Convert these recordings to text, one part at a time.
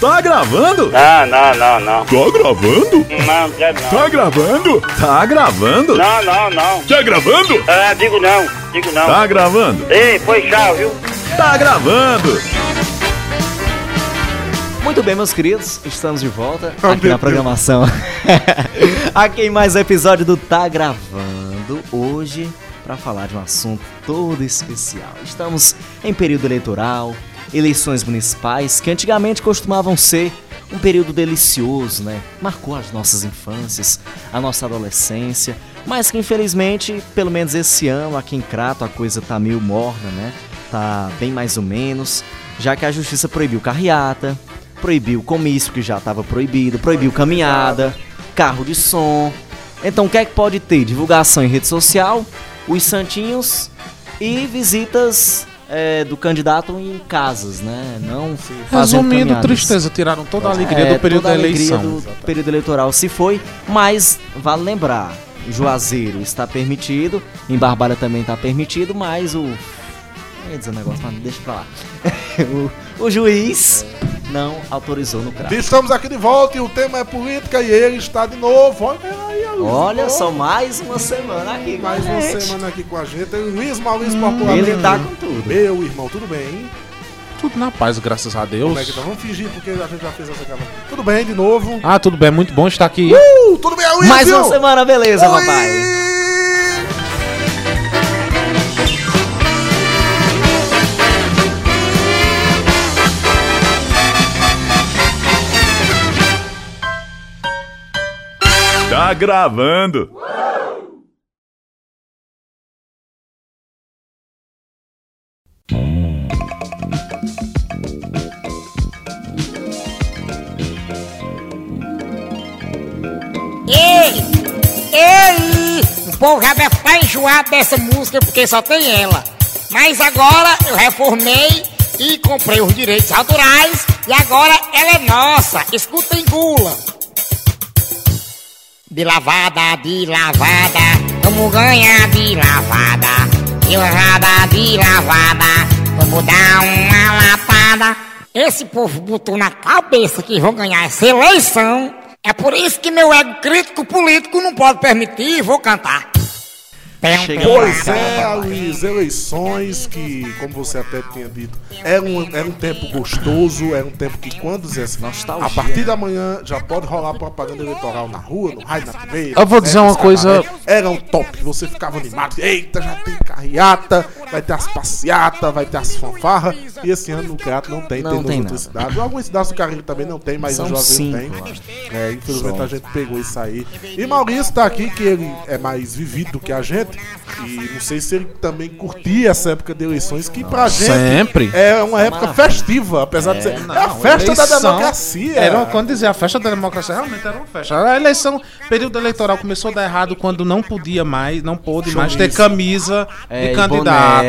Tá gravando? Não, não, não, não. Tá gravando? Não, quero não. Tá gravando? Tá gravando? Não, não, não. Tá gravando? Ah, digo não, digo não. Tá gravando? Ei, foi tchau, viu? Tá gravando! Muito bem, meus queridos, estamos de volta aqui na programação. aqui em mais um episódio do Tá Gravando, hoje para falar de um assunto todo especial. Estamos em período eleitoral, eleições municipais, que antigamente costumavam ser um período delicioso, né? Marcou as nossas infâncias, a nossa adolescência, mas que infelizmente, pelo menos esse ano aqui em Crato, a coisa tá meio morna, né? Tá bem mais ou menos, já que a justiça proibiu carreata, proibiu comício que já estava proibido, proibiu caminhada, carro de som. Então o que é que pode ter? Divulgação em rede social, os santinhos e visitas é, do candidato em casas, né? Não fazendo Resumindo, caminhadas. tristeza, tiraram toda a alegria É, do período toda da a alegria eleição. do período eleitoral se foi, mas vale lembrar, Juazeiro está permitido, em Barbalha também está permitido, mas o... Eu ia dizer um negócio, mas deixa pra lá. o, o juiz não autorizou no crack. Estamos aqui de volta e o tema é política e ele está de novo. Olha aí, Luiz. Olha Oh, só, mais uma semana aqui com a Mais uma gente. semana aqui com a gente. Luiz Maurício Popular. Ele tá com tudo. Meu irmão, tudo bem? Tudo na paz, graças a Deus. Como é que tá? Vamos fingir porque a gente já fez essa gravação. Tudo bem, de novo. Ah, tudo bem, muito bom estar aqui. Uh, tudo bem, Luiz? Mais uma semana, beleza, papai. Oi! Tá gravando! Ei! Ei! O povo já deve estar enjoado dessa música porque só tem ela. Mas agora eu reformei e comprei os direitos autorais e agora ela é nossa. Escuta e engula. De lavada, de lavada, vamos ganhar de lavada. De lavada, de lavada, vamos dar uma lapada. Esse povo botou na cabeça que vão ganhar essa eleição. É por isso que meu ego crítico político não pode permitir, vou cantar. um Chega. Pois é, Luiz, eleições que, como você até tinha dito, era um, era um tempo gostoso, era um tempo que quando dissesse, Nostalgia. a partir da manhã já pode rolar propaganda eleitoral na rua, no raio, na TV. Eu vou dizer uma etc. coisa- Era um top, você ficava animado, eita, já tem carreata, vai ter as passeatas, vai ter as fanfarras. E esse ano no Crato não tem, Não tem nas tem outras nada. cidades. Algumas cidades do Carreiro também não tem, mas São em Juazeiro cinco, tem. eu acho. É, infelizmente a gente pegou isso aí. E Maurício tá aqui, que ele é mais vivido do que a gente. E não sei se ele também curtia essa época de eleições, que pra gente Sempre. é uma época festiva, apesar de ser. é a festa da Eleição democracia. Era, quando dizia a festa da democracia, realmente era uma festa. A eleição, período eleitoral começou a dar errado quando não podia mais, não pôde mais ter camisa É, e de candidato.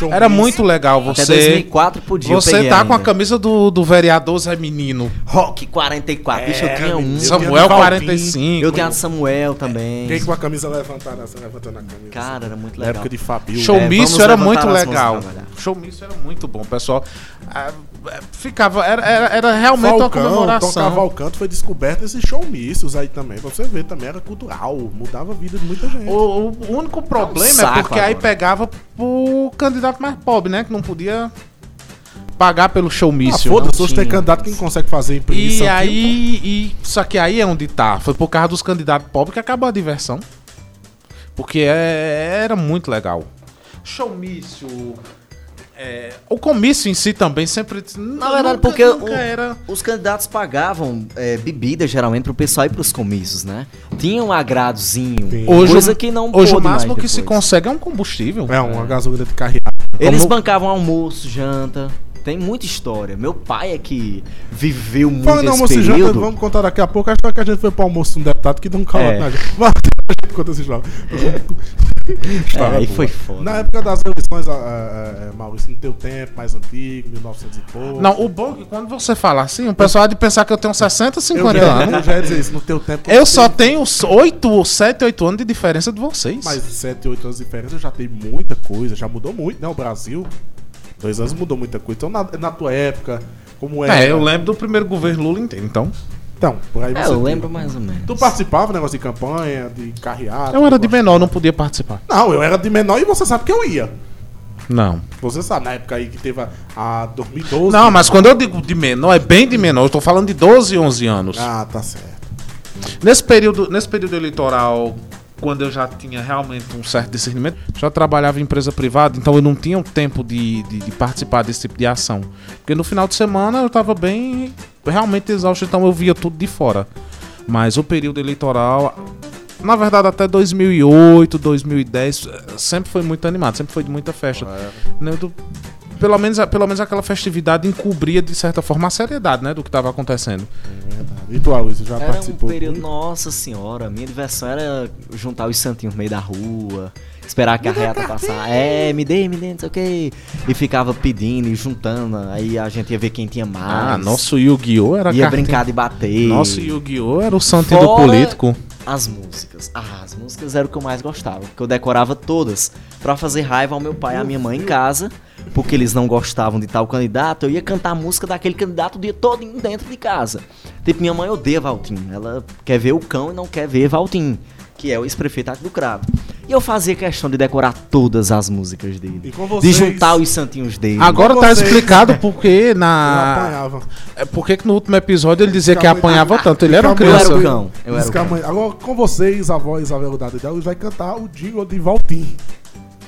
boné. Era muito legal Até você. 2004 podia, eu Você peguei tá com a ainda. camisa do, do vereador Zé Menino. Rock 44, bicho, eu tinha um. Eu tinha Samuel do Valpim. 45. Eu tenho a de Samuel também. Fiquei com a camisa levantada, assim, levantando a camisa. Cara, era muito na legal. época de Fabio. né? Show. É, vamos Showmício era levantar muito as mãos legal. pra trabalhar. Showmício era muito bom, pessoal. Ah, é, ficava, era, era, era realmente uma Falcão, Tom comemoração. Cavalcanto foi descoberto esses showmícios aí também, pra você ver, também era cultural, mudava a vida de muita gente. O, o único problema um saco é porque aí agora. pegava pro candidato mais pobre, né? Que não podia pagar pelo ah, showmício. foda-se, hoje tem tinha. candidato que não consegue fazer e imprimição. aí. E, só que aí é onde tá. Foi por causa dos candidatos pobres que acabou a diversão. Porque é- era muito legal. Showmício. é, o comício em si também sempre. Na verdade, porque nunca o- era. os candidatos pagavam é, bebida geralmente pro pessoal ir pros comícios, né? Tinha um agradozinho, Sim. Hoje, coisa o- que não hoje o pôde máximo mais que se depois. consegue é um combustível. É, uma gasolina de carreira. Eles Como- bancavam almoço, janta. Tem muita história. Meu pai é que viveu muito Falando em esse almoço e janta, período. vamos contar daqui a pouco. Acho que a gente foi pro almoço de um deputado que deu um calote É. na gente. Mas a gente conta esse jogo. É, aí foi foda. Na época das eleições, ah, ah, ah, Maurício, no teu tempo, mais antigo, 1900 e pouco. Não, o bom é que quando você fala assim, o pessoal há de pensar que eu tenho 60, eu 50 já, eu anos. já ia dizer isso, no teu tempo. Eu só tenho 8, 7, 8 anos de diferença de vocês. Mais de 7, 8 anos de diferença, já tem muita coisa, já mudou muito, né? O Brasil. Dois anos mudou muita coisa. Então, na, na tua época, Como era. É, eu lembro do primeiro governo Lula inteiro, então. Então, por aí É, você eu teve. lembro mais ou menos. Tu participava do negócio de campanha, de carreata? Eu era de menor, não podia participar. Não, eu era de menor e você sabe que eu ia. Não. Você sabe, na época aí que teve a, a 2012. Não, mas quando eu digo de menor, é bem de menor. Eu tô falando de 12, 11 anos. Ah, tá certo. Nesse período, nesse período eleitoral, quando eu já tinha realmente um certo discernimento, já trabalhava em empresa privada, então eu não tinha o tempo de, de- de participar desse tipo de ação. Porque no final de semana eu tava bem realmente exausto, então eu via tudo de fora. Mas o período eleitoral, na verdade até 2008, 2010, eh, sempre foi muito animado, sempre foi de muita festa. Né, do- Pelo menos, a- pelo menos aquela festividade encobria, de certa forma, a seriedade né, do que estava acontecendo. E tu, Aloysio, já Era um participou? período, nossa senhora, minha diversão era juntar os santinhos no meio da rua, esperar a carreata um passar. É, me dê, me dê, não sei o que. E ficava pedindo e juntando, aí a gente ia ver quem tinha mais. Ah, nosso Yu-Gi-Oh! era Ia cartinha. brincar de bater. Nossa, Yu-Gi-Oh! era o santinho do Fora- político. um As músicas. Ah, as músicas era o que eu mais gostava, porque eu decorava todas pra fazer raiva ao meu pai e à minha mãe em casa, porque eles não gostavam de tal candidato, eu ia cantar a música daquele candidato o dia todo dentro de casa. Tipo, minha mãe odeia Valtim, ela quer ver o cão e não quer ver Valtim, que é o ex-prefeito aqui do Cravo. E eu fazia questão de decorar todas as músicas E dele, com de vocês? juntar os santinhos dele. Agora tá vocês- explicado porque Eu na. apanhava. Ah, É porque que no último episódio ele dizia que Fica muito- apanhava tanto. Ele era um uma Fica eu muito- criança. era o cão, eu era o Diz que a cão. mãe- Agora, com vocês, a voz Isabel da Dedéus vai cantar o jingle de Valtim.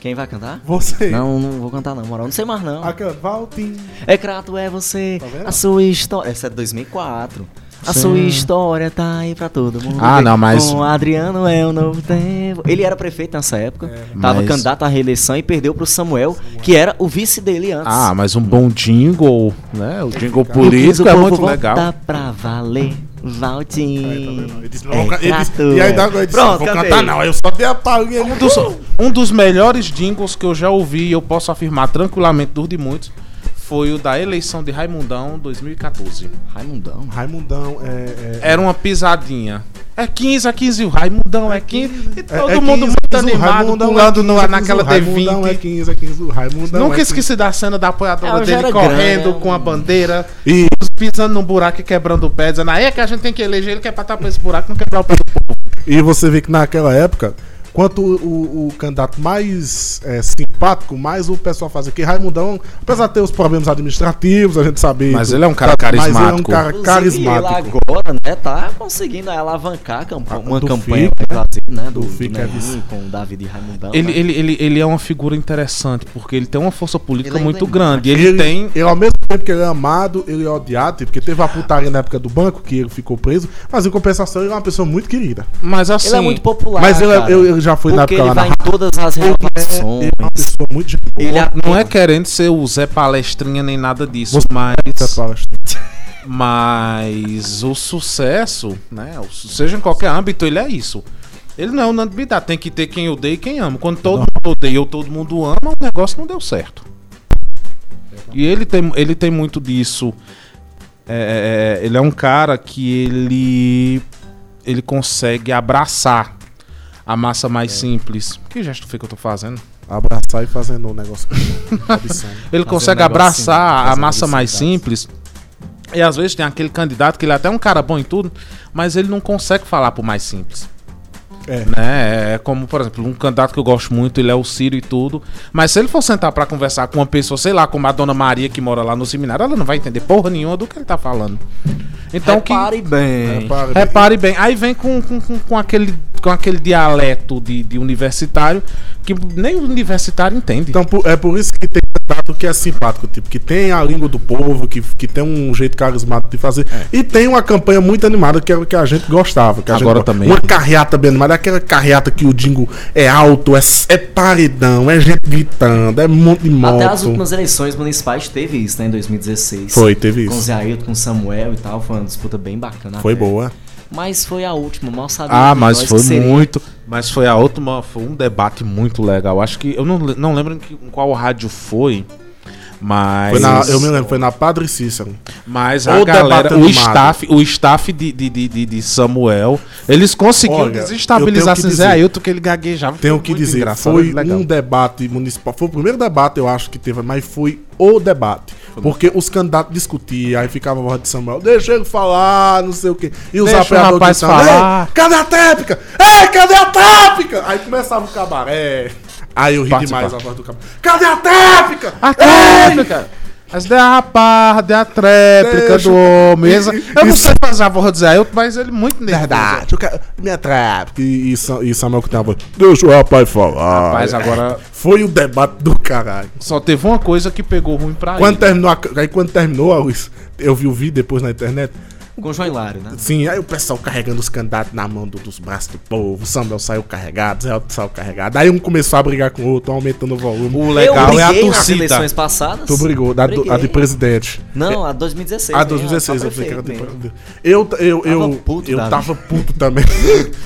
Quem vai cantar? Você. Não, não vou cantar não, moral, não sei mais não. A can... Valtim. É grato é você, Tá vendo? a sua história. Essa é de 2004. A sua história tá aí pra todo mundo. Ah, ver. não, mas- Com Adriano é o novo tempo. Ele era prefeito nessa época. Tava É. mas- candidato à reeleição e perdeu pro Samuel, que era o vice dele antes. Ah, mas um bom jingle, né? O jingle Porque o político é povo muito vota legal. pra valer, Valtinho. tá Ele disse, É "Vou ca- ele disse- grato, e aí é." dá ele disse, Pronto, vou cantei. cantar não, eu só dei a palhinha. Um dos, um dos melhores jingles que eu já ouvi, e eu posso afirmar tranquilamente, dos de muitos, foi o da eleição de Raimundão 2014. Raimundão. Raimundão, é... é... Era uma pisadinha. É 15, é 15, o Raimundão é 15. E todo é- é mundo 15, muito o animado, Raimundão é pulando no- 15, naquela o Raimundão D20. é 15, é 15, o Raimundão Nunca é esqueci da cena da apoiadora Ela já dele era correndo grande, com a bandeira, E pisando num buraco e quebrando o pé, dizendo, aí é que a gente tem que eleger ele que é pra estar pra esse buraco, não quebrar o pé. E você vê que naquela época, quanto o, o- o candidato mais é, simpático, mais o pessoal fazia aqui. Raimundão, apesar de ter os problemas administrativos, a gente sabe. Mas tudo, ele é um cara Mas ele é um carismático. cara Inclusive, Ele carismático. agora, né, tá conseguindo alavancar a campa- Ah, uma do campanha Fica, mais vazia, né? Do, do, Fica é Neguinho vice. com o David e Raimundão. Ele, né? ele, ele, ele é uma figura interessante, porque ele tem uma força política Ele é muito bem- grande. Ele, tem. ele, ao mesmo tempo que ele é amado, ele é odiado, porque teve a putaria na época do banco, que ele ficou preso, mas em compensação ele é uma pessoa muito querida. Mas assim. Ele é muito popular. mas ele, cara. ele- ele já foi na Porque ele época lá na vai em todas as ele é uma relações. pessoa muito gente boa. Ele Não é querendo ser o Zé Palestrinha nem nada disso, Você- mas, Fala, mas o sucesso, né? o su- Seja em qualquer âmbito, ele é isso. Ele não é unanimidade, tem que ter quem odeia e quem ama. Quando todo mundo odeia ou todo mundo ama, o negócio não deu certo. E ele tem, ele tem muito disso. É, é, é, ele é um cara que ele ele consegue abraçar a massa mais simples. Que gesto foi que eu tô fazendo? Abraçar e fazendo um negócio. obsceno. Ele Fazer consegue um negocinho, abraçar a fazer massa uma mais velocidade. simples. E às vezes tem aquele candidato que ele é até um cara bom em tudo, mas ele não consegue falar pro mais simples. É. Né? É como, por exemplo, um candidato que eu gosto muito, ele é o Ciro e tudo. Mas se ele for sentar pra conversar com uma pessoa, sei lá, como a dona Maria que mora lá no seminário, ela não vai entender porra nenhuma do que ele tá falando. Então que. Repare bem. Repara, Repare bem, aí vem com, com, com, com aquele, com aquele dialeto de, de universitário que nem o universitário entende. Então por- é por isso que tem candidato que é simpático, tipo, que tem a língua do povo, que, que tem um jeito carismático de fazer. É. E tem uma campanha muito animada, que era o que a gente gostava. que a Agora gente- também. Uma carreata bem animada, aquela carreata que o Dingo é alto, é, é paredão, é gente gritando, é monte de moto. Até as últimas eleições municipais teve isso, né? Em 2016. Foi, teve Com o isso. Zé Ailton, com o Samuel e tal. Foi uma disputa bem bacana. Foi até. boa. Mas foi a última, mal sabia. Ah, que mas nós foi que seria. muito. Mas foi a última. Foi um debate muito legal. Acho que. Eu não, le- não lembro em, que- em qual rádio foi. Mas. Foi na- eu me lembro, foi na Padre Cícero. Mas a Ou galera. debatendo O mago. staff, o staff de, de, de, de- de Samuel. Eles conseguiam Olha, eu tenho desestabilizar que esse Zé dizer. Ailton que ele gaguejava. Tenho Foi que muito dizer, engraçado, é foi legal. um debate municipal. Foi o primeiro debate, eu acho, que teve, mas foi o debate. Porque os candidatos discutiam, aí ficava a voz de Samuel, deixa ele falar, não sei o quê. E os Deixa o apoiadores rapaz gritavam, falar. "Ei, cadê a tépica? Ei, cadê a tépica? Aí começava o cabaré. Aí eu ri Participar. demais a voz do cabaré. Cadê a tépica? A Ei, tréplica! As da parda, a tréplica Deixa- do homem. Exa- Eu não Isso. sei fazer a voz do Zé Hilton, mas ele é muito nervoso. Verdade, eu quero- me atrapa. E, e, Sa- e Samuel que tava. Deixa o rapaz falar. Rapaz, agora- Foi o debate do caralho. Só teve uma coisa que pegou ruim pra Quando ele. terminou, a- aí quando terminou, a luz, eu vi o vídeo depois na internet. Com o João Hilário, né? Sim, aí o pessoal carregando os candidatos na mão do- dos braços do povo. O Samuel saiu carregado, Zé Otto saiu carregado. Aí um começou a brigar com o outro, aumentando o volume. O eu legal é a briguei nas torcida. eleições passadas. Tu brigou, da do- a, Briguei. de presidente. Não, a 2016. A né? 2016, Só eu pensei que era prefeito mesmo. temporada. Eu, eu, eu, Tava puto eu da tava puto também.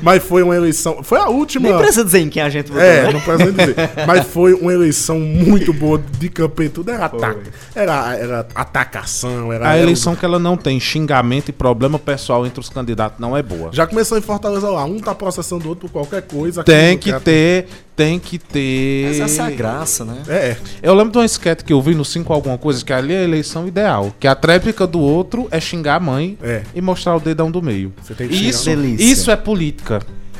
Mas foi uma eleição. Foi a última. Nem precisa dizer em quem a gente votou, É, né? não precisa nem dizer. Mas foi uma eleição muito boa de campanha. Tudo era ataque. Era, era atacação, era. um A era- eleição que ela não tem xingamento e problema pessoal entre os candidatos não é boa. Já começou em Fortaleza lá. Um tá processando o outro por qualquer coisa. é aqui Tem no que teatro. ter, tem que ter. Mas essa é a graça, né? É, é. Eu lembro de uma esquete que eu vi no 5 alguma coisa, que ali é a eleição ideal. Que a tréplica do outro é xingar a mãe É. e mostrar o dedão do meio. Você tem que Isso, xingar. Delícia. isso é política.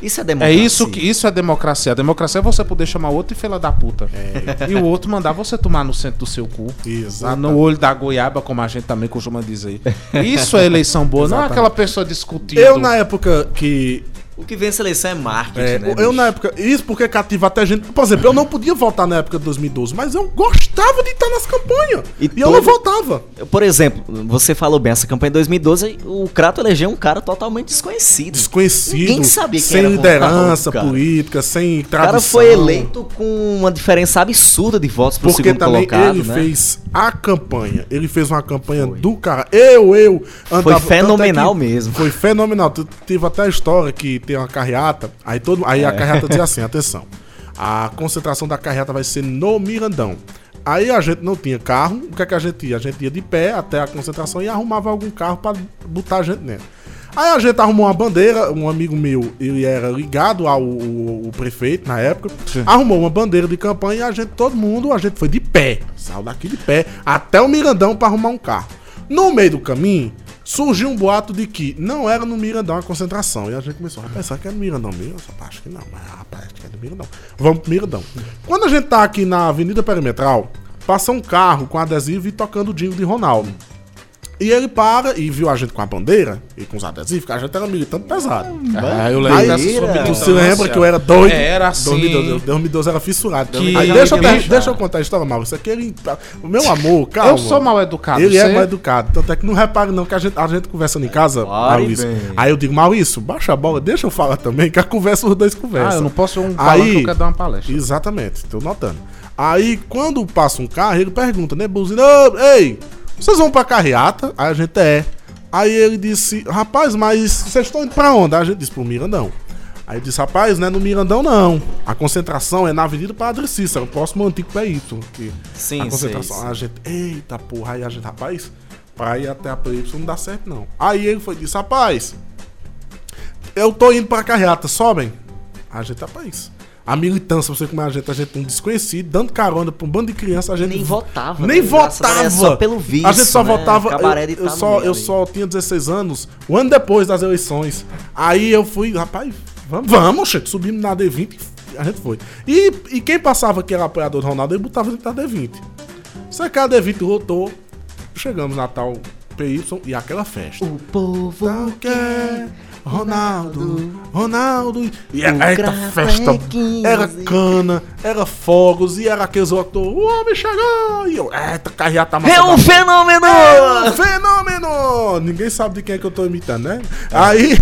Isso é É democracia. isso que isso é democracia. A democracia é você poder chamar o outro de fila da puta. É. E o outro mandar você tomar no centro do seu cu. Exato. No olho da goiaba, como a gente também costuma dizer. Isso é eleição boa, não é aquela pessoa discutindo. Eu, na época que. O que vence a eleição é marketing, é, né? eu, bicho? na época. Isso porque cativa até gente. Por exemplo, eu não podia votar na época de 2012, mas eu gostava de estar nas campanhas. E E, eu não todo- votava. Eu, Por exemplo, você falou bem, essa campanha de 2012, o Crato elegeu um cara totalmente desconhecido. Desconhecido. Ninguém sabia quem Sem era liderança Ronaldo, cara. política, sem o tradição. cara foi eleito com uma diferença absurda de votos pro Porque segundo também colocado, ele né? fez a campanha. Ele fez uma campanha do cara. Eu, eu. tanto é fenomenal que mesmo. Foi fenomenal. Tu- Tive até a história que tem uma carreata. Aí, todo, É. aí a carreata dizia assim: atenção, a concentração da carreata vai ser no Mirandão. Aí a gente não tinha carro. O que, é que a gente ia? A gente ia de pé até a concentração e arrumava algum carro pra botar a gente dentro. Aí a gente arrumou uma bandeira, um amigo meu, ele era ligado ao, ao- ao prefeito na época, arrumou uma bandeira de campanha e a gente, todo mundo, a gente foi de pé, saiu daqui de pé, até o Mirandão pra arrumar um carro. No meio do caminho, surgiu um boato de que não era no Mirandão a concentração. E a gente começou a pensar que era no Mirandão mesmo, só acho que não, mas rapaz, acho que é no Mirandão. Vamos pro Mirandão. Quando a gente tá aqui na Avenida Perimetral, passa um carro com adesivo e tocando o Dingo de Ronaldo. E ele para e viu a gente com a bandeira e com os adesivos, que a gente era militante pesado. Ah, eu Aí, dessa sua tu se militância. lembra que eu era doido? É, era assim. 2012, 2012 era fissurado. Que- Aí deixa eu, Bicho. deixa eu contar a história, Maurício. Aquele, é o meu amor, calma. Eu sou mal educado. Ele é você- mal educado. Tanto é que não repare não, que a gente, a gente conversando em casa, Pare Maurício. bem. Aí eu digo, Maurício, baixa a bola, deixa eu falar também, que a conversa os dois conversam. Ah, eu não posso um Aí- falando que eu quero dar uma palestra. Exatamente, tô notando. Aí, quando passa um carro, ele pergunta, né, buzina, "Ô, ei, vocês vão pra carreata? Aí a gente é. Aí ele disse, rapaz, mas vocês estão indo pra onde? Aí a gente disse, pro Mirandão. Aí ele disse, rapaz, não é no Mirandão não. A concentração é na Avenida Padre Cícero, próximo ao antigo PY. Que Sim, a sei, concentração. sei. A gente, eita porra, aí a gente, rapaz, pra ir até a PY não dá certo não. Aí ele foi e disse, rapaz, eu tô indo pra carreata, sobem. A gente tá pra isso. A militância, você como a gente, a gente um desconhecido, dando carona pra um bando de criança, a gente. Nem votava, Nem né? Graças a Deus, votava. é só pelo vício, A gente só né? votava. Cabaré de eu, eu tá no só, meio eu aí. só tinha 16 anos, um ano depois das eleições. Aí eu fui, rapaz, vamos, vamos, gente, subimos na D20 e a gente foi. E, e quem passava que era apoiador do Ronaldo, ele botava dentro da D20. Só que a D20 rotou, chegamos na tal PY e aquela festa. O povo Não quer Ronaldo, Ronaldo. E O era eita craque festa. é 15. Era cana, era fogos, e era aqueles outros. O homem chegou! E eu, eita, carreata massa é da um fenômeno! é um fenômeno! Ninguém sabe de quem é que eu tô imitando, né? Aí,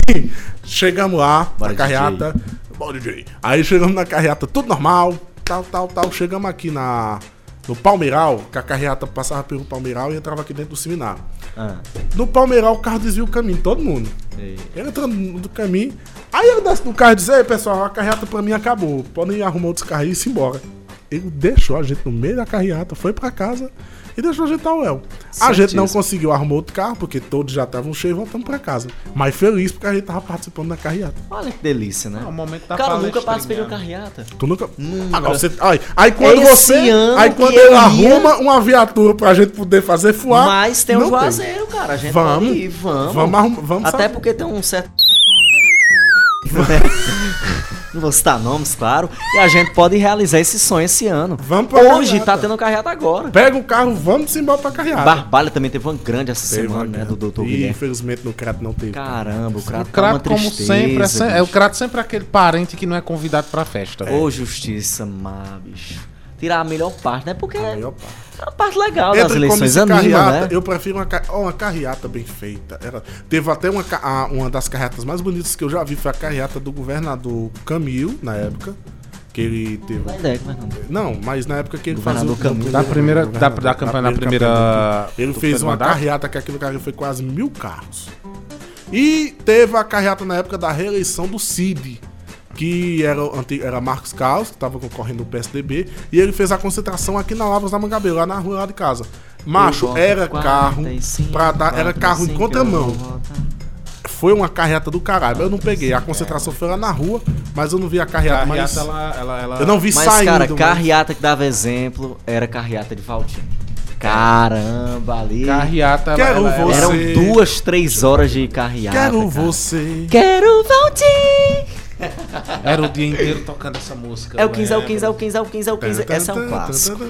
chegamos lá, Bora, na carreata. Bora, DJ. Aí chegamos na carreata, tudo normal, tal, tal, tal. Chegamos aqui na, no Palmeiral, que a carreata passava pelo Palmeiral e entrava aqui dentro do seminário. Ah, No Palmeiral, o carro desvia o caminho, todo mundo. Ei. Ele entrando no caminho. Aí ele desce do carro e diz: Ei, pessoal, a carreata pra mim acabou. Podem arrumar outros carros e ir embora. Ele deixou a gente no meio da carreata, foi pra casa. e deixou a gente ao El. A gente não conseguiu arrumar outro carro, porque todos já estavam cheios e voltamos pra casa. Mas feliz porque a gente tava participando da carreata. Olha que delícia, né? É o momento da Cara, eu nunca palestrinha. participei de um uma carreata. Tu nunca. Agora você. Aí, aí quando Hum, Esse você. ano Aí quando que eu ele ia- arruma uma viatura pra gente poder fazer fuar. Mas tem um não juazeiro, cara. A gente Vamos. pode ir, vamos. Vamos arrum- vamos Até saber. porque tem um certo. Não vou citar nomes, claro. E a gente pode realizar esse sonho esse ano. Vamos pra Hoje carreata. tá tendo carreata agora. Pega o carro, vamos embora pra carreata. Barbalha também teve uma grande essa Teve uma semana, né? Do grande. doutor E Guilherme. infelizmente no Crato não teve. Caramba, o O Crato tá uma Crato, como tristeza. sempre, é, sem- é, bicho. o Crato sempre é aquele parente que não é convidado pra festa. Ô, justiça má, bicho. Tirar a melhor parte, né? Porque Aí, opa. é uma parte legal das Entre eleições. comício e Anima, carreata, né? eu prefiro uma, ca- ó, uma carreata bem feita. Era- teve até uma, ca- a- uma das carreatas mais bonitas que eu já vi, foi a carreata do governador Camil, na época, que ele teve... Não é ideia, mas não. Não, mas na época que ele fazia... Governador né? o- Camil. Da primeira- governador, da- da campanha, na primeira primeira- campanha dele. Ele do fez primeiro uma mandato? carreata que aquilo carro foi quase mil carros. E teve a carreata na época da reeleição do Cid, que era, o anti- era Marcos Carlos, que estava concorrendo do PSDB, e ele fez a concentração aqui na Lavras da Mangabeira, lá na rua lá de casa. Macho, Eu era voto carro 45, pra dar, era carro em 45, eu contramão. vou votar. Foi uma carreata do caralho. Eu não peguei, a concentração foi lá na rua, mas eu não vi a carreata, mas ela, ela, ela- eu não vi Mas, saindo. né? cara, mas- carreata que dava exemplo era carreata de Valtinho. Caramba, ali. Carreata, ela, Quero ela- ela- você. Eram duas, três horas de carreata. Quero cara. você. Quero Valtinho! era o dia inteiro tocando essa música. É o eu 15, é o lembro. 15, é o 15, é o 15, é o 15. Essa é um clássico.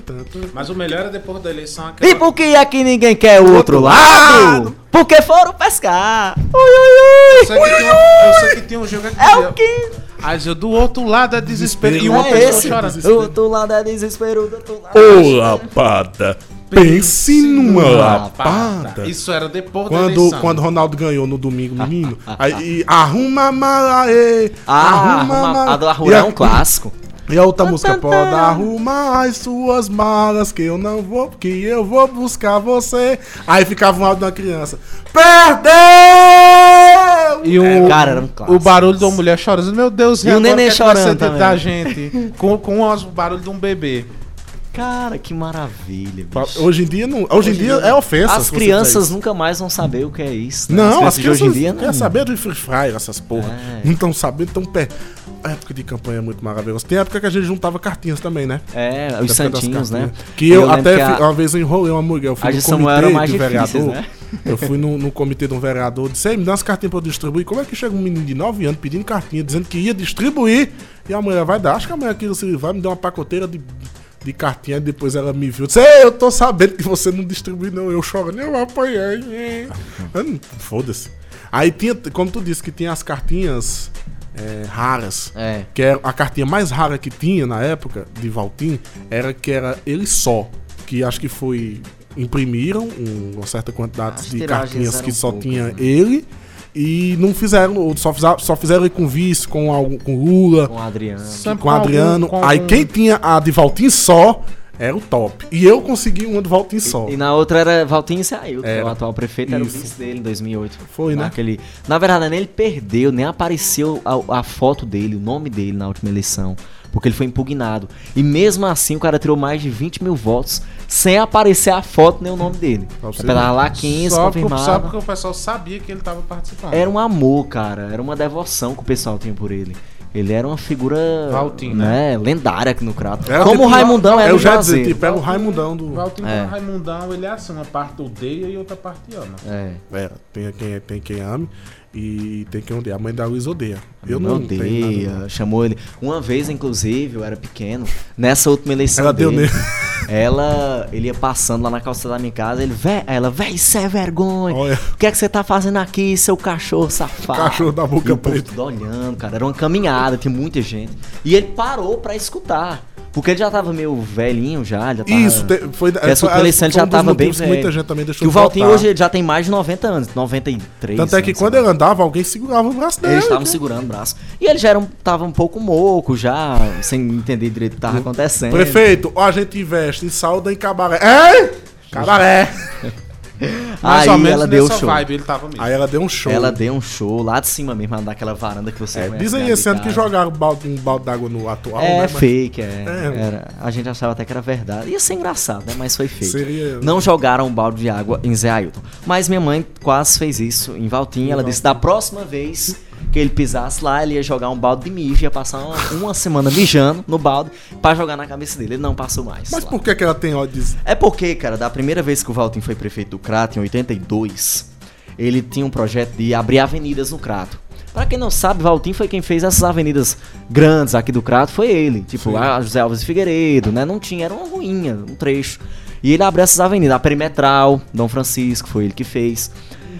Mas o melhor é depois da eleição aquela... E por que aqui ninguém quer o outro lado? Porque foram pescar. Ui, Eu ui, sei que tem um- eu sei que tem um jogo aqui. ui. É o 15. Mas eu do outro lado é desespero. E Desespero. uma é pessoa esse. chorando. Do outro lado é desespero, do outro lado. Ô, lapada. Pense numa Lapada. lapada. Isso era depois da Quando, eleição. quando Ronaldo ganhou no domingo, menino, aí e arruma a mala, ê, Ah, mala. arruma, a do E Arrurá é um clássico. E a outra música, pode arrumar as suas malas, que eu não vou, que eu vou buscar você. Aí ficava um áudio de uma criança. Perdeu! E o, cara, era um clássico. o barulho de uma mulher chorando. Meu Deus, E o agora neném o que é que vai ser chorando dentro da também. gente. Com, com os- o barulho de um bebê. Cara, que maravilha, Pra- bicho. Hoje em dia, não, hoje em dia é ofensa. As se você crianças fizer isso. nunca mais vão saber o que é isso. né? Não, as de crianças hoje em dia né? quer não. saber do Free Fire, essas porra. É. Não estão sabendo, estão pé. A época de campanha é muito maravilhosa. Tem época que a gente juntava cartinhas também, né? É, os Da época das santinhos, né? cartinhas. Que eu, lembro até que fi- a- uma vez eu enrolei uma mulher. Eu fui as no de Samuel eram comitê mais do difíceis, vereador. né? Eu fui no, no comitê de um vereador. Disse, "Ei, me dá umas cartinhas pra eu distribuir. Como é que chega um menino de 9 anos pedindo cartinha, dizendo que ia distribuir? E a mulher vai dar. Acho que a mulher aquilo se vai me dar uma pacoteira de. De cartinha, e depois ela me viu. Disse, Ei, eu tô sabendo que você não distribui, não. Eu chorando, eu apanhei. Eu não- Foda-se. Aí tinha, como tu disse, que tinha as cartinhas é, raras. É. Que era a cartinha mais rara que tinha na época de Valtim era que era ele só. Que acho que foi. Imprimiram um- uma certa quantidade As de tiragens cartinhas eram que só poucas, tinha né? ele. E não fizeram, ou só fizeram, só fizeram ele com vice, com, algum, com Lula, Com um o Adriano. com, Sempre com algum- Adriano. com Aí algum- quem tinha a de Valtim só era o top. E eu consegui uma de Valtim só. E na outra era Valtinho Sailton, Era. o atual prefeito, era o Isso. vice dele em 2008. Foi, né? Naquele... Na verdade, nem ele perdeu, nem apareceu a, a foto dele, o nome dele na última eleição, porque ele foi impugnado. E mesmo assim, o cara tirou mais de 20 mil votos, sem aparecer a foto nem o nome dele. Pra você Apesar ver. lá 15, só, pro- só confirmado. porque o pessoal sabia que ele tava participando. Era um amor, cara, era uma devoção que o pessoal tinha por ele. Ele era uma figura Valtinho, né, lendária aqui no Crato. Era Como tipo- o Raimundão era um Eu no já ia Juazeiro. dizer, tipo, era o Raimundão do. O Valtinho É. com o Raimundão, ele é assim, uma parte odeia e outra parte ama. É. É, tem quem, tem quem ame e tem quem odeia. A mãe da Luiz odeia. Eu Eu não tenho odeia, nada. chamou ele. Uma vez, inclusive, eu era pequeno, nessa última eleição Ela deu dele, nele. ela, ele ia passando lá na calçada da minha casa, ele, vé, ela, véi, isso é vergonha. Olha. O que é que você tá fazendo aqui, seu cachorro safado? Cachorro da boca E o povo preta. tudo olhando, cara, era uma caminhada, tinha muita gente. E ele parou pra escutar, porque ele já tava meio velhinho já, ele já tava... Isso, te- é, foi um Essa última eleição ele já tava bem velho. Muita gente também deixou e o de Valtinho votar. hoje é ele já tem mais de 90 anos, 93 Tanto é que anos, quando sei lá. ele andava, alguém segurava o braço dele. Eles estavam né? segurando o braço. E ele já era um, tava um pouco moco, já, sem entender direito o que Hum. tava acontecendo. Prefeito, ó, a gente investe em saúde e em cabaré. É? Cabaré! Mais aí ou menos ela deu nessa o show. vibe ele tava mesmo. Aí ela deu um show. Ela deu um show lá de cima mesmo, lá daquela varanda que você É, conhece, dizem né, esse de ano que casa. jogaram balde- um balde d'água no atual, É né? Mas fake, é. É. Era- a gente achava até que era verdade. Ia ser engraçado, né? Mas foi fake. Seria- Não jogaram um balde de água em Zé Ailton. Mas minha mãe quase fez isso em Valtinha. Ela disse da próxima vez que ele pisasse lá, ele ia jogar um balde de mijo, ia passar uma, uma semana mijando no balde pra jogar na cabeça dele. Ele não passou mais. Mas lá. por que, que ela tem ódio disso? É porque, cara, da primeira vez que o Valtinho foi prefeito do Crato, em 82, ele tinha um projeto de abrir avenidas no Crato. Pra quem não sabe, Valtinho foi quem fez essas avenidas grandes aqui do Crato, foi ele. Tipo, a José Alves de Figueiredo, né? Não tinha, era uma ruinha, um trecho. E ele abriu essas avenidas, a Perimetral, Dom Francisco, foi ele que fez.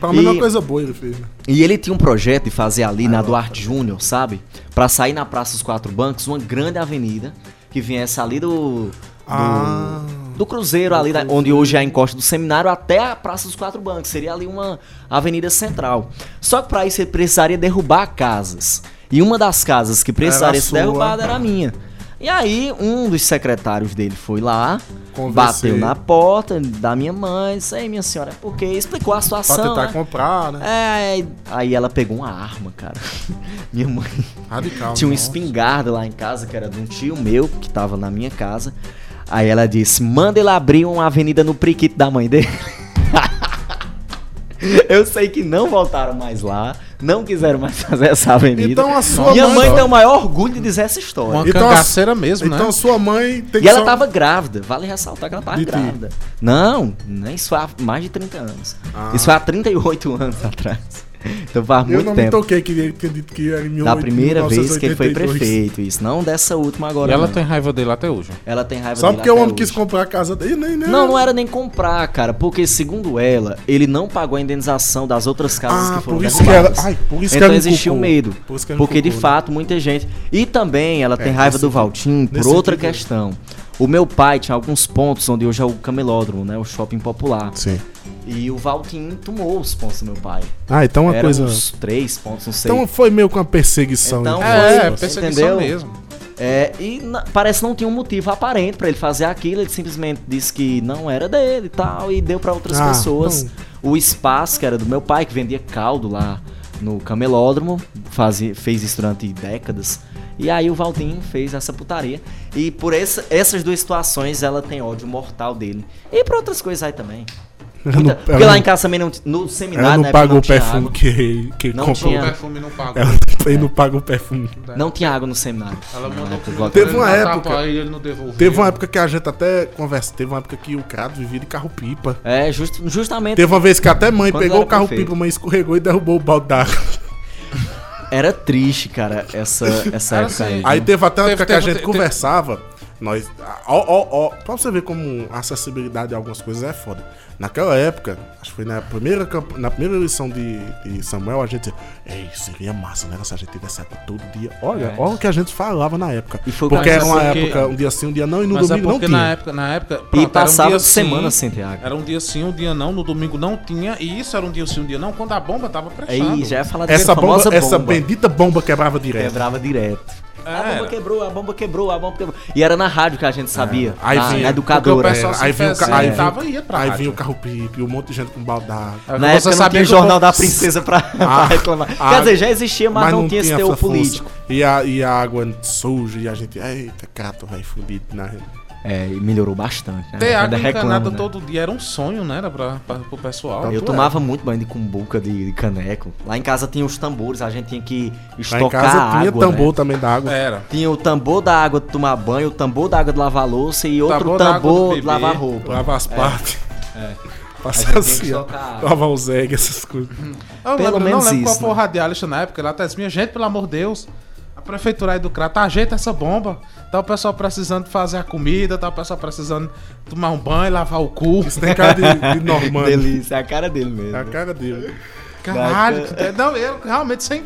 Pelo menos E- é uma coisa boa ele fez, né? e ele tinha um projeto de fazer ali Ah, na Duarte Júnior, sabe? Pra sair na Praça dos Quatro Bancos, uma grande avenida que viesse ali do. do, Ah. do Cruzeiro, ali da- onde hoje é a encosta do seminário, até a Praça dos Quatro Bancos. Seria ali uma avenida central. Só que pra isso ele precisaria derrubar casas. E uma das casas que precisaria ser sua. derrubada era a minha. E aí, um dos secretários dele foi lá, Convencer. bateu na porta da minha mãe, disse, aí minha senhora, é porque explicou a Pra situação. tentar né? comprar, né? É, aí ela pegou uma arma, cara. Minha mãe Radical. né? tinha um Ah, nossa. espingarda lá em casa, que era de um tio meu, que tava na minha casa. Aí ela disse: manda ele abrir uma avenida no priquito da mãe dele. Eu sei que não voltaram mais lá, não quiseram mais fazer essa avenida. Então a sua Minha mãe- mãe tem o maior orgulho de dizer essa história. Uma Então, cangaceira mesmo, né? Então sua mãe tem E que ela só- tava grávida, vale ressaltar que ela tava De ti. grávida. Não, nem isso foi há mais de 30 anos. Ah. Isso foi há 38 anos atrás. Então faz Eu muito não me tempo. toquei que ele tinha dito que era em Da 18- primeira vez que ele foi 1982. prefeito, isso. Não dessa última agora. E ela não. tem raiva dele até hoje. ela tem raiva Só dele porque o até homem hoje. quis comprar a casa dele. Nem, nem, Não, é. não era nem comprar, cara, porque segundo ela, ele não pagou a indenização das outras casas Ah, que foram por isso que ela- derrubadas. ai, por isso que então ela me existiu culpou. medo, Por isso que ela me porque de culpou, né? fato muita gente. E também ela tem É, raiva nesse do Valtim por nesse outra sentido. questão. O meu pai tinha alguns pontos onde hoje é o camelódromo, né, o shopping popular. Sim. E o Valtim tomou os pontos do meu pai. Ah, então uma Era coisa... uns três pontos, não sei. Então foi meio com uma perseguição. Então- né? É, É, é você perseguição entendeu? mesmo. É, e na- parece que não tinha um motivo aparente pra ele fazer aquilo, ele simplesmente disse que não era dele e tal, e deu pra outras Ah, pessoas. O espaço que era do meu pai, que vendia caldo lá no camelódromo, fazia, fez isso durante décadas. E aí o Valtinho fez essa putaria. E por essa- essas duas situações ela tem ódio mortal dele. E por outras coisas aí também. Ela Muita- não- porque ela lá não- em casa também não, t- no seminário, Ela na não época, pagou o tinha perfume água. que, que ele Não comprou. tinha. O perfume não paga. Ela ele não paga o perfume. Não tinha água no seminário. Ela Na mandou época do pro Valtinho. Teve ele uma dar época- tapa a ele, ele não devolveu. Teve uma época que a gente até conversa. Teve uma época que o Crado vivia de carro-pipa. É, just- justamente Teve uma vez que até mãe Quando pegou era o carro-pipa, prefeito. mãe escorregou e derrubou o balde d'água. Era triste, cara, essa, essa Era época assim. aí. Aí teve até uma Teve- época que teve- a gente teve- conversava. Nós. Ó, ó, ó. Pra você ver como a acessibilidade de algumas coisas é foda. Naquela época, acho que foi na primeira, camp- na primeira eleição de, de Samuel, a gente. Ei, seria massa, né? Se a gente tivesse água todo dia. Olha, É. olha o que a gente falava na época. E foi porque com era uma essa- porque- época, um dia sim, um dia não, e no Mas é domingo não porque tinha. na época, na época pronto, era um passava dia semana sem ter água. Era um dia sim, um dia não, no domingo não tinha, e isso era um dia sim, um dia não, quando a bomba tava prestando. Aí já é ia falar Essa dessa bomba, famosa essa bomba. bendita bomba quebrava direto. Quebrava direto. A Era. bomba quebrou, a bomba quebrou, a bomba quebrou. E era na rádio que a gente sabia. É. Aí na, vinha- na porque educadora. o pessoal- aí vinha o, ca- Sim, aí é. vinha- Tava e ia pra aí rádio. vinha o carro-pipe, um monte de gente com balde d'água. Na época não tinha que o jornal povo- da princesa pra, pra Ah, reclamar. ah, Quer dizer, já existia, mas, não, tinha esse essa teor força. político. E a, e a água suja, e a gente. Eita, cato, vai fudido. Né? É, e melhorou bastante. Né? Ter água Ainda reclama, encanada né? todo dia era um sonho, né? Era pra, pra, pro pessoal. Eu tomava muito banho de cumbuca, de, de caneco. Lá em casa tinha os tambores, a gente tinha que Lá estocar em casa a tinha água, tambor né? também da água. Era. Tinha o tambor da água de tomar banho, o tambor da água de lavar louça e outro Tambor da água do tambor de bebê. lavar roupa. Lava as partes. Aí Passar tem que assim, ó. socar água. Lavar os eggs, essas coisas. Pelo Eu lembro, menos não lembro qual isso, foi o né? radialista na época, ele até disse, minha gente, pelo amor de Deus, a prefeitura aí do Crato ajeita essa bomba. Tá o pessoal precisando fazer a comida, tá o pessoal precisando tomar um banho, lavar o cu. Isso tem cara de, de normando. Delícia, é a cara dele mesmo. É a cara dele. é Caralho, que... não, eu realmente sem,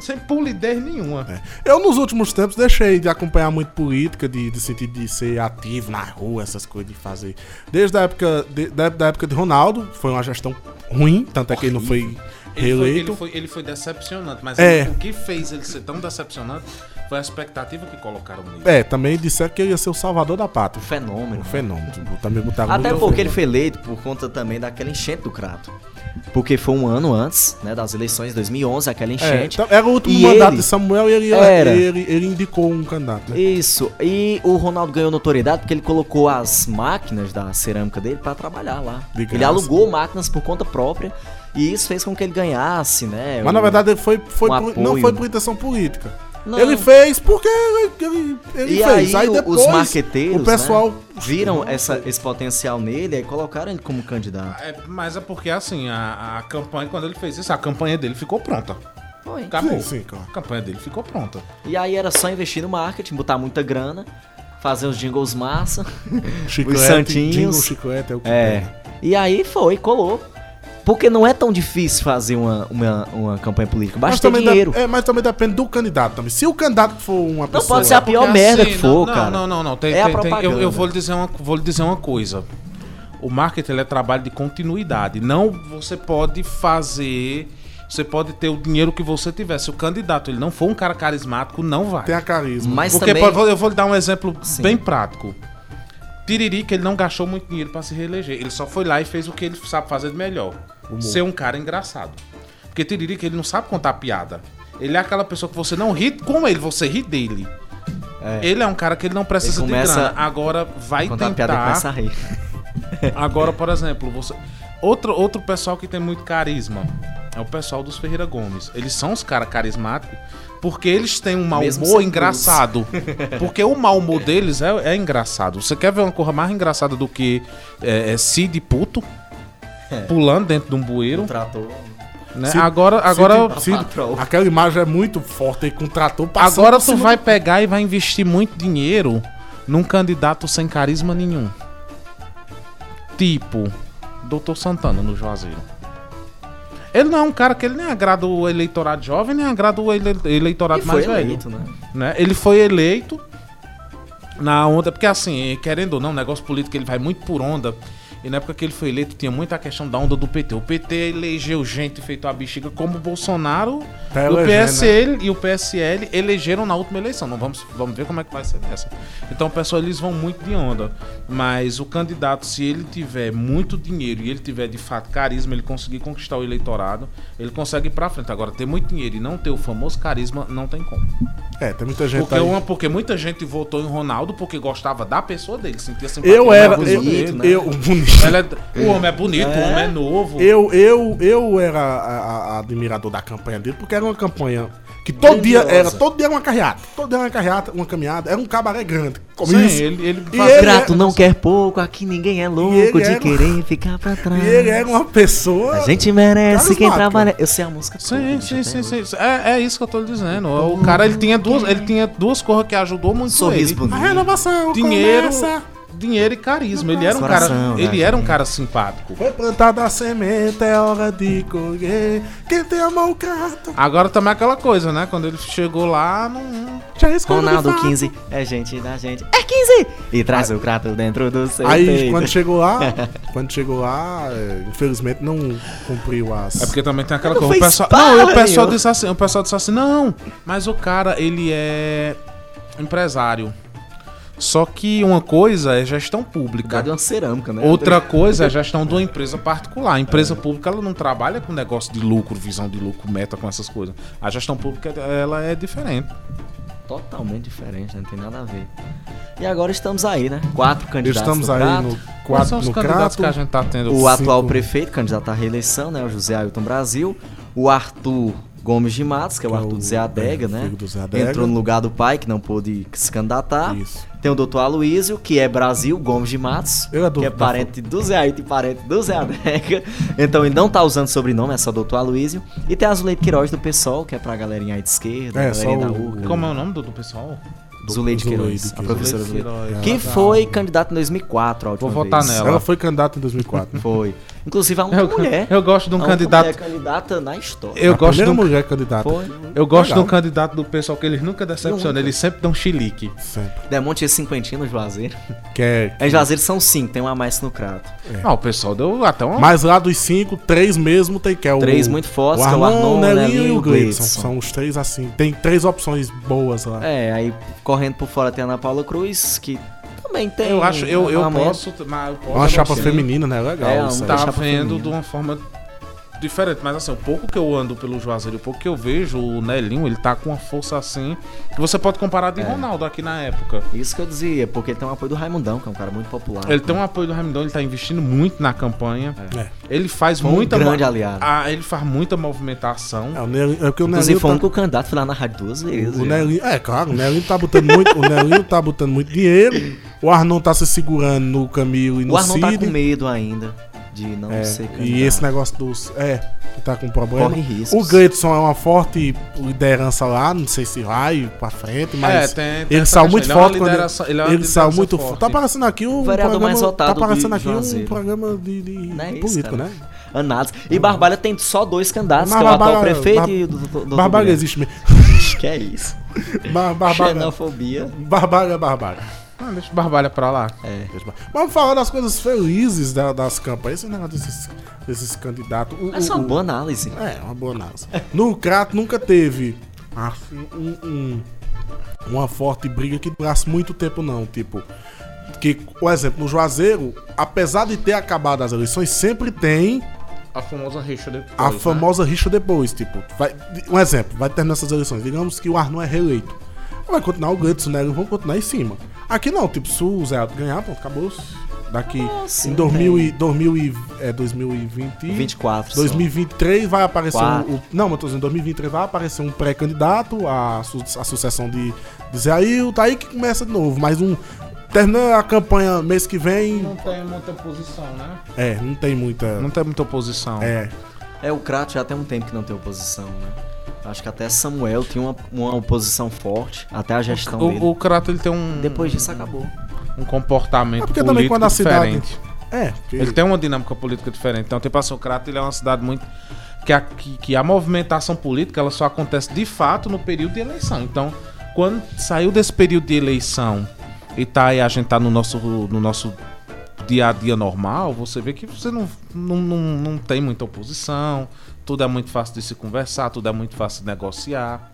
sem polidez nenhuma. É. Eu, nos últimos tempos, deixei de acompanhar muito política, de, de sentido de ser ativo na rua, essas coisas, de fazer. Desde a época de, da, da época de Ronaldo, foi uma gestão ruim, tanto é que ele não foi Ele foi, reeleito. ele, foi, ele foi decepcionante, mas É. o que fez ele ser tão decepcionante Foi a expectativa que colocaram nele. É, também disseram que ele ia ser o salvador da pátria. Fenômeno. Um fenômeno. Tipo, Também botaram Até muito porque ele fenômeno. foi eleito por conta também daquela enchente do Crato. Porque foi um ano antes, né, das eleições de 2011, aquela É, enchente. então, era o último E mandato ele- de Samuel e ele, Era. ele, ele indicou um candidato. né? Isso. E o Ronaldo ganhou notoriedade porque ele colocou as máquinas da cerâmica dele pra trabalhar lá. De Ele graça. alugou máquinas por conta própria e isso fez com que ele ganhasse, né? Mas o- na verdade ele foi, foi um por- não apoio. foi por intenção política. Não. Ele fez porque ele, ele, ele E aí, fez. Aí o- depois os marqueteiros, o pessoal né, viram essa- esse potencial nele e colocaram ele como candidato. É, mas é porque, assim, a, a campanha, quando ele fez isso, a campanha dele ficou pronta. Foi. Acabou. Sim, sim, claro. A campanha dele ficou pronta. E aí era só investir no marketing, botar muita grana, fazer os jingles massa, chiclete, os santinhos. jingle, chiclete, é o que É. tem. E aí foi, colou. Porque não é tão difícil fazer uma, uma, uma campanha política. Mas Basta ter também, dinheiro. de- é, mas também depende do candidato também. Se o candidato for uma pessoa. pode ser a pior Porque, assim, merda que for, não, cara. Não, não, não. Tem, É a tem- tem- eu, propaganda. eu vou, lhe dizer uma, vou lhe dizer uma coisa. O marketing ele é trabalho de continuidade. Não você pode fazer. Você pode ter o dinheiro que você tiver. Se o candidato ele não for um cara carismático, não vai. Tem a carisma. Mas Porque também... pô, eu vou lhe dar um exemplo Sim. bem prático. Tiririca, ele não gastou muito dinheiro pra se reeleger. Ele só foi lá e fez o que ele sabe fazer de melhor. Ser um cara engraçado. Porque Tiririca, ele não sabe contar piada. Ele é aquela pessoa que você não ri com ele, você ri dele. Ele é um cara que ele não precisa Ele de começa grana. Agora vai Quando a piada tentar... começa a rir. Agora, por exemplo, você. Outro, outro pessoal que tem muito carisma é o pessoal dos Ferreira Gomes. Eles são os caras carismáticos porque eles têm um mau Mesmo humor sem engraçado. porque o mau humor deles é, é engraçado. Você quer ver uma coisa mais engraçada do que é, é Cid puto? Pulando dentro de um bueiro, Tratou. né? Cid- agora, agora, Cid- Cid- Cid- aquela imagem é muito forte aí com o trator passando agora por tu cima vai pegar e vai investir muito dinheiro num candidato sem carisma nenhum. Tipo, Dr. Santana no Juazeiro. Ele não é um cara que ele nem agrada o eleitorado jovem, nem agrada o ele- E eleitorado foi mais eleito, velho. né? Né? Ele foi eleito na onda, porque assim, querendo ou não, o negócio político ele vai muito por onda. E na época que ele foi eleito, tinha muita questão da onda do PT. O PT elegeu gente feito a bexiga, como o Bolsonaro Tá e o elegendo, PSL e o PSL elegeram na última eleição. Não vamos, vamos ver como é que vai ser nessa. Então, pessoal, eles vão muito de onda. Mas o candidato, se ele tiver muito dinheiro e ele tiver de fato carisma, ele conseguir conquistar o eleitorado, ele consegue ir pra frente. Agora, ter muito dinheiro e não ter o famoso carisma, não tem como. É, tem muita gente Porque, aí. uma, porque muita gente votou em Ronaldo porque gostava da pessoa dele, sentia simpatia. Eu era. pela eu, pessoa dele. né? eu, bonito. Ela é- o homem é bonito, o homem é novo. Eu, eu, eu era a- a- a admirador da campanha dele, porque era uma campanha que todo dia era, todo dia era uma carreata. Todo dia era uma carreata, uma caminhada, era um cabaré grande. Sim, comício. ele, ele E fazia- ele Grato é- não quer pouco, aqui ninguém é louco ele de era- querer ficar pra trás. E ele era um uma pessoa. A gente merece quem Carismático. trabalha. Eu sei a música toda, Sim, bicho, sim, até sim, hoje. sim, sim. É, é isso que eu tô lhe dizendo. O cara ele tinha duas, ele tinha duas coisas que ajudou muito Sorriso ele. A bonito. renovação Dinheiro, começa. dinheiro e carisma. Ele era um Coração, cara, né, ele era um cara simpático. Foi plantada a semente, é hora de colher. Quem tem a mão cata, Agora também aquela coisa, né? Quando ele chegou lá, não já escolheu. Ronaldo 15 é gente da gente. É 15! E traz o crato dentro do seu Aí peito. quando chegou lá, quando chegou lá, é, infelizmente não cumpriu as. É porque também tem aquela Não coisa. O fez pessoal, para não, e o pessoal nenhum. disse assim, o pessoal disse assim, não, mas o cara, ele é empresário. Só que uma coisa é gestão pública. Cadê uma cerâmica, né? Outra coisa é a gestão de uma empresa particular. A empresa pública ela não trabalha com negócio de lucro, visão de lucro, meta com essas coisas. A gestão pública ela é diferente. Totalmente diferente, não tem nada a ver. E agora estamos aí, né? Quatro candidatos. Estamos no aí prato. no Quais são quadro os no candidatos crato. que a gente tá tendo? O atual Cinco. prefeito, candidato à reeleição, né? O José Ailton Brasil. O Arthur Gomes de Matos, que é o Que é Arthur o- do Zé Adega, é, né? filho do Zé Adega. Entrou no lugar do pai, que não pôde se candidatar. Isso. Tem o doutor Aloysio, que é Brasil Gomes de Matos, Eu adoro que é dar parente do Zé Ailton e parente do Zé Adega. Então ele não tá usando sobrenome, é só doutor Aloysio. E tem a Zuleide Queiroz do PSOL, que é pra galerinha aí de esquerda, É, galerinha só da o- URGA. Como é o nome do, do pessoal? Zuleide Zuleide Queiroz, a Queiroz. professora Zuleide Zuleide. Queiroz. tá. Que foi candidata em 2004, a última Vou votar vez. nela. Ela foi candidata em 2004. Foi. Inclusive, há uma Eu- mulher. eu gosto de um há uma candidato- mulher é candidata na história. Eu É a gosto primeira do- mulher candidata. Foi. Eu gosto de um Legal. candidato do pessoal que eles nunca decepcionam, Nunca. eles sempre dão chilique. Sempre. Demonte esse cinquentinho no Juazeiro. Que é- Em Juazeiro são cinco, tem um a mais no crato. Ah, o pessoal deu até uma. Mas lá dos cinco, três mesmo tem que é o. Três muito fortes, o que é o Arnon, Arnon, o Nelinho e o Gleidson. Gleidson. São os três assim. Tem três opções boas lá. É, aí correndo por fora tem a Ana Paula Cruz, que também tem. eu acho, eu, eu uma mulher. posso. Mas eu posso Uma chapa sim. feminina, né? Legal. É, isso aí. tá. tá chapa vendo feminina. de uma forma diferente. Mas assim, o pouco que eu ando pelo Juazeiro, o pouco que eu vejo, o Nelinho, ele tá com uma força assim. Que você pode comparar de Ronaldo aqui na época. Isso que eu dizia, porque ele tem um apoio do Raimundão, que é um cara muito popular. Ele tem um apoio do Ramidão, ele tá investindo muito na campanha. É. Ele faz Foi um muita. mo- grande aliado. Ah, ele faz muita movimentação. É, o Nelinho, é porque o Inclusive, Nelinho. foi um o Tá, único candidato foi lá na rádio duas vezes. o viu? Nelinho, é, claro, o Nelinho tá botando muito. o Nelinho tá botando muito dinheiro. O Arnon tá se segurando no Camilo e no O Arnon tá com Cid. medo ainda de não É, ser candidato. e esse negócio dos. É, que tá com problema. Corre riscos. O Gleidson é uma forte liderança lá, não sei se vai pra frente, mas. É, tem- tem ele essa saiu questão. muito Ele é uma forte. quando lideraça- ele é uma ele saiu liderança muito forte. forte. Tá aparecendo aqui um. O vereador mais votado Tá aparecendo de aqui um Juazeiro. programa de, de Não é isso, político, cara. né? Anados. E Barbalha tem só dois candidatos, Mas que é o atual Barbalha- prefeito Bar- e o do, do, do Barbário do- existe mesmo. Que é isso. Bar- Barbário. Xenofobia. Barbário é barbário. Ah, deixa o Barbalha pra lá. Vamos falar das coisas felizes da- das campanhas. Esse é negócio desses, desses candidatos. O- Essa é o- uma boa análise. É, uma boa análise. No Crato nunca teve assim, um- um- uma forte briga que durasse muito tempo, não. Tipo, que, por exemplo, no Juazeiro, apesar de ter acabado as eleições, sempre tem A famosa rixa depois. a né? famosa rixa depois. Tipo, vai- um exemplo, vai terminar essas eleições. Digamos que o Arnon é reeleito. Vai continuar o Guts, né? Vão continuar em cima. Aqui não, tipo, se o Zé Alto ganhar, pronto, acabou. Daqui Ah, Nossa, em 2000 e, velho. 2000 e, é, 2020 24. só. 2023 vai aparecer Quatro. um, o- Não, mas eu tô dizendo, 2023 vai aparecer um pré-candidato à, su, à sucessão de, de Zé Ailton, aí que começa de novo, mais um. Terminando a campanha mês que vem, Não tem muita posição, né? é, não tem muita. Não tem muita oposição. É. É, o Crato já tem um tempo que não tem oposição, né? Acho que até Samuel tinha uma, uma oposição forte, até a gestão dele. O, o Crato ele tem um, Depois disso acabou. um comportamento É porque também político quando a cidade- diferente. É, porque Ele tem uma dinâmica política diferente. Então, tipo assim, o Crato ele é uma cidade muito. Que a, que, que a movimentação política ela só acontece de fato no período de eleição. Então, quando saiu desse período de eleição e tá aí, a gente tá no nosso, no nosso dia a dia normal, você vê que você não, não, não, não tem muita oposição, tudo é muito fácil de se conversar, tudo é muito fácil de negociar.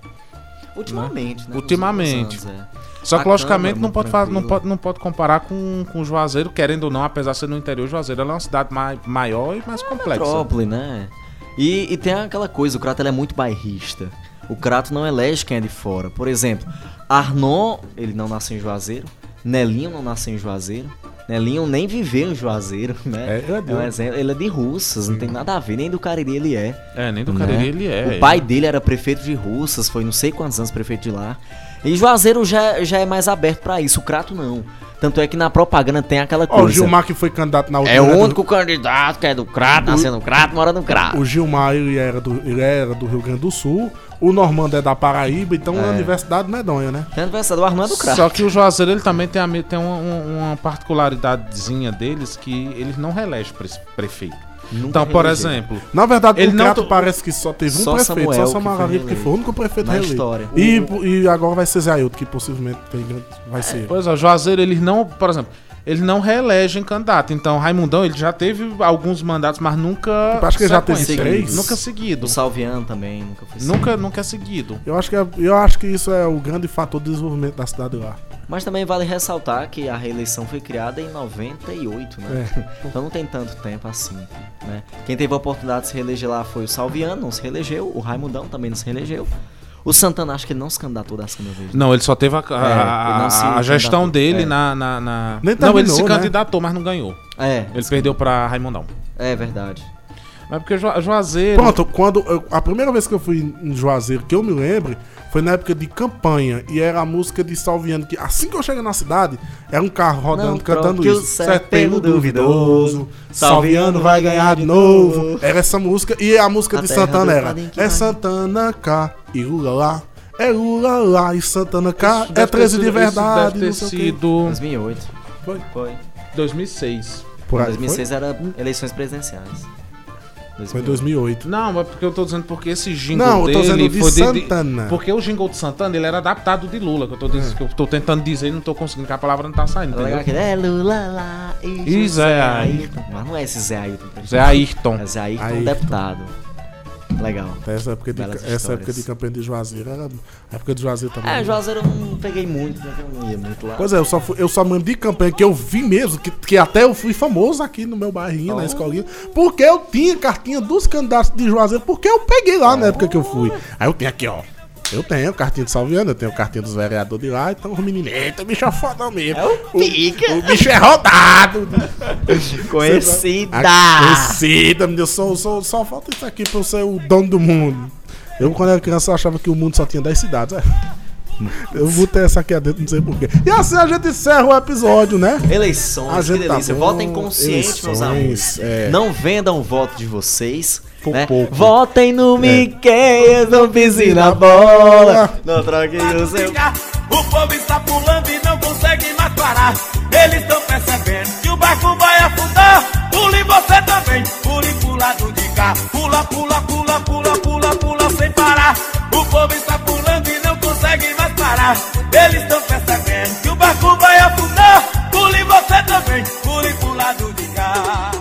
Ultimamente, né? Nos Ultimamente. últimos anos, é. Só que, A Câmara, logicamente, não muito pode, fa- não, tranquila. pode, não pode comparar com, com Juazeiro, querendo ou não, apesar de ser no interior, Juazeiro ela é uma cidade mai, maior e mais complexa. É Metrópole, né? E, e tem aquela coisa, o Crato ele é muito bairrista. O Crato não elege quem é de fora. Por exemplo, Arnon, ele não nasceu em Juazeiro. Nelinho não nasceu em Juazeiro. Nelinho nem viveu em Juazeiro, né? É, eu um adoro. exemplo. Ele é de Russas, não tem nada a ver, nem do Cariri ele é. É, nem do né? Cariri ele é. O pai dele era prefeito de Russas, foi não sei quantos anos prefeito de lá. E Juazeiro já, já é mais aberto pra isso, o Crato não. Tanto é que na propaganda tem aquela Ó, coisa. o Gilmar que foi candidato na última. É o né, do- único candidato que é do Crato, nasceu no Crato, mora no Crato. O Gilmar, ele era, do, ele era do Rio Grande do Sul. O Normando é da Paraíba, então é. a Universidade Medonha, né? Tanto vai ser é do Armando Crato. Só que o Juazeiro ele também tem, a, me- tem uma, uma- uma particularidadezinha deles que eles não relegem pre prefeito. Nunca então, por reelegeram. exemplo, Na verdade, Ele o não Crato to- parece que só teve um Só prefeito, Samuel só que foi Samaravipo, que reeleito. foi o único prefeito Na reeleito. história. E, e agora vai ser Zé Ailton, que possivelmente tem grande- vai ser. pois é, o Juazeiro eles não, por exemplo, eles não reelegem candidato. Então, Raimundão ele já teve alguns mandatos, mas nunca. Eu Tipo, acho que ele já teve sequência. três. Nunca seguido. O Salviano também, nunca foi assim. Nunca, nunca é seguido. Eu acho, que é- eu acho que isso é o grande fator de desenvolvimento da cidade lá. assim. Mas também vale ressaltar que a reeleição foi criada em 98, né? Então não tem tanto tempo assim, né? Quem teve a oportunidade de se reeleger lá foi o Salviano, não se reelegeu. O Raimundão também não se reelegeu. O Santana, acho que ele não se candidatou da segunda vez. né? Não, ele só teve a, a- É, ele não se a gestão candidatou. dele É. na. na, na- Nem não, ele terminou, se né? candidatou, mas não ganhou. É, Ele perdeu pra Raimundão. é verdade. Mas porque o Ju- Juazeiro. Pronto, quando eu- a primeira vez que eu fui em Juazeiro, que eu me lembro, foi na época de campanha e era a música de Salviano que assim que eu cheguei na cidade, era um carro rodando Não cantando troque o isso. serpelo duvidoso, Salviano vai ganhar de novo. Era essa música e a música A de terra Santana do era Padim que É vai. Santana cá e Lula lá. É Lula lá e Santana cá. é 13 de Deve verdade. ter não sei o quê. sido 2008. Foi? Foi. 2006. Por aí, 2006 era eleições presidenciais. Foi 2008. Não, é porque eu tô dizendo porque esse jingle Não, eu dele tô dizendo de foi Santana. porque o jingle de Santana, ele era adaptado de Lula, que eu tô, dizendo, que eu tô tentando dizer e não tô conseguindo, que a palavra não tá saindo, Era É. legal entendeu? aquele, É Lula lá e E Zé Ayrton. Mas não é esse Zé Ayrton. Zé Ayrton. É Zé Ayrton, Ayrton. deputado. Legal. Essa época, de, Belas essa época de histórias. campanha de Juazeiro. Era a época de Juazeiro também. É, Juazeiro eu não peguei muito, né, que eu não ia muito lá. Pois é, eu só, fui, eu só mandei campanha que eu vi mesmo, que, que até eu fui famoso aqui no meu bairrinho, na escolinha, porque eu tinha cartinha dos candidatos de Juazeiro, porque eu peguei lá na época que eu fui. Aí eu tenho aqui, ó. Eu tenho cartinha de Salviano, eu tenho cartinha dos vereadores de lá, então o menino, eita, o bicho é fodão mesmo. o, o bicho é rodado. Conhecida! A- Conhecida, meu Deus, só, só, só falta isso aqui pra eu ser o dono do mundo. Eu, quando era criança, eu achava que o mundo só tinha 10 cidades. é. Eu botei essa aqui adentro, não sei porquê. E assim a gente encerra o episódio, né? A Eleições, que gente tá delícia. bom, Votem consciente, meus eleições, amigos. é. Não vendam o voto de vocês. Por né? pouco. É. Votem no Miquel, não pise na bola. Não troque o seu. O povo está pulando e não consegue mais parar. Eles estão percebendo que o barco vai afundar. Pule você também, pule pro lado de cá. Pula, pula, pula, pula, pula, pula sem parar. O povo está pulando e não consegue mais parar. Eles estão percebendo que o barco vai afundar. Pule você também, pule pro lado de cá.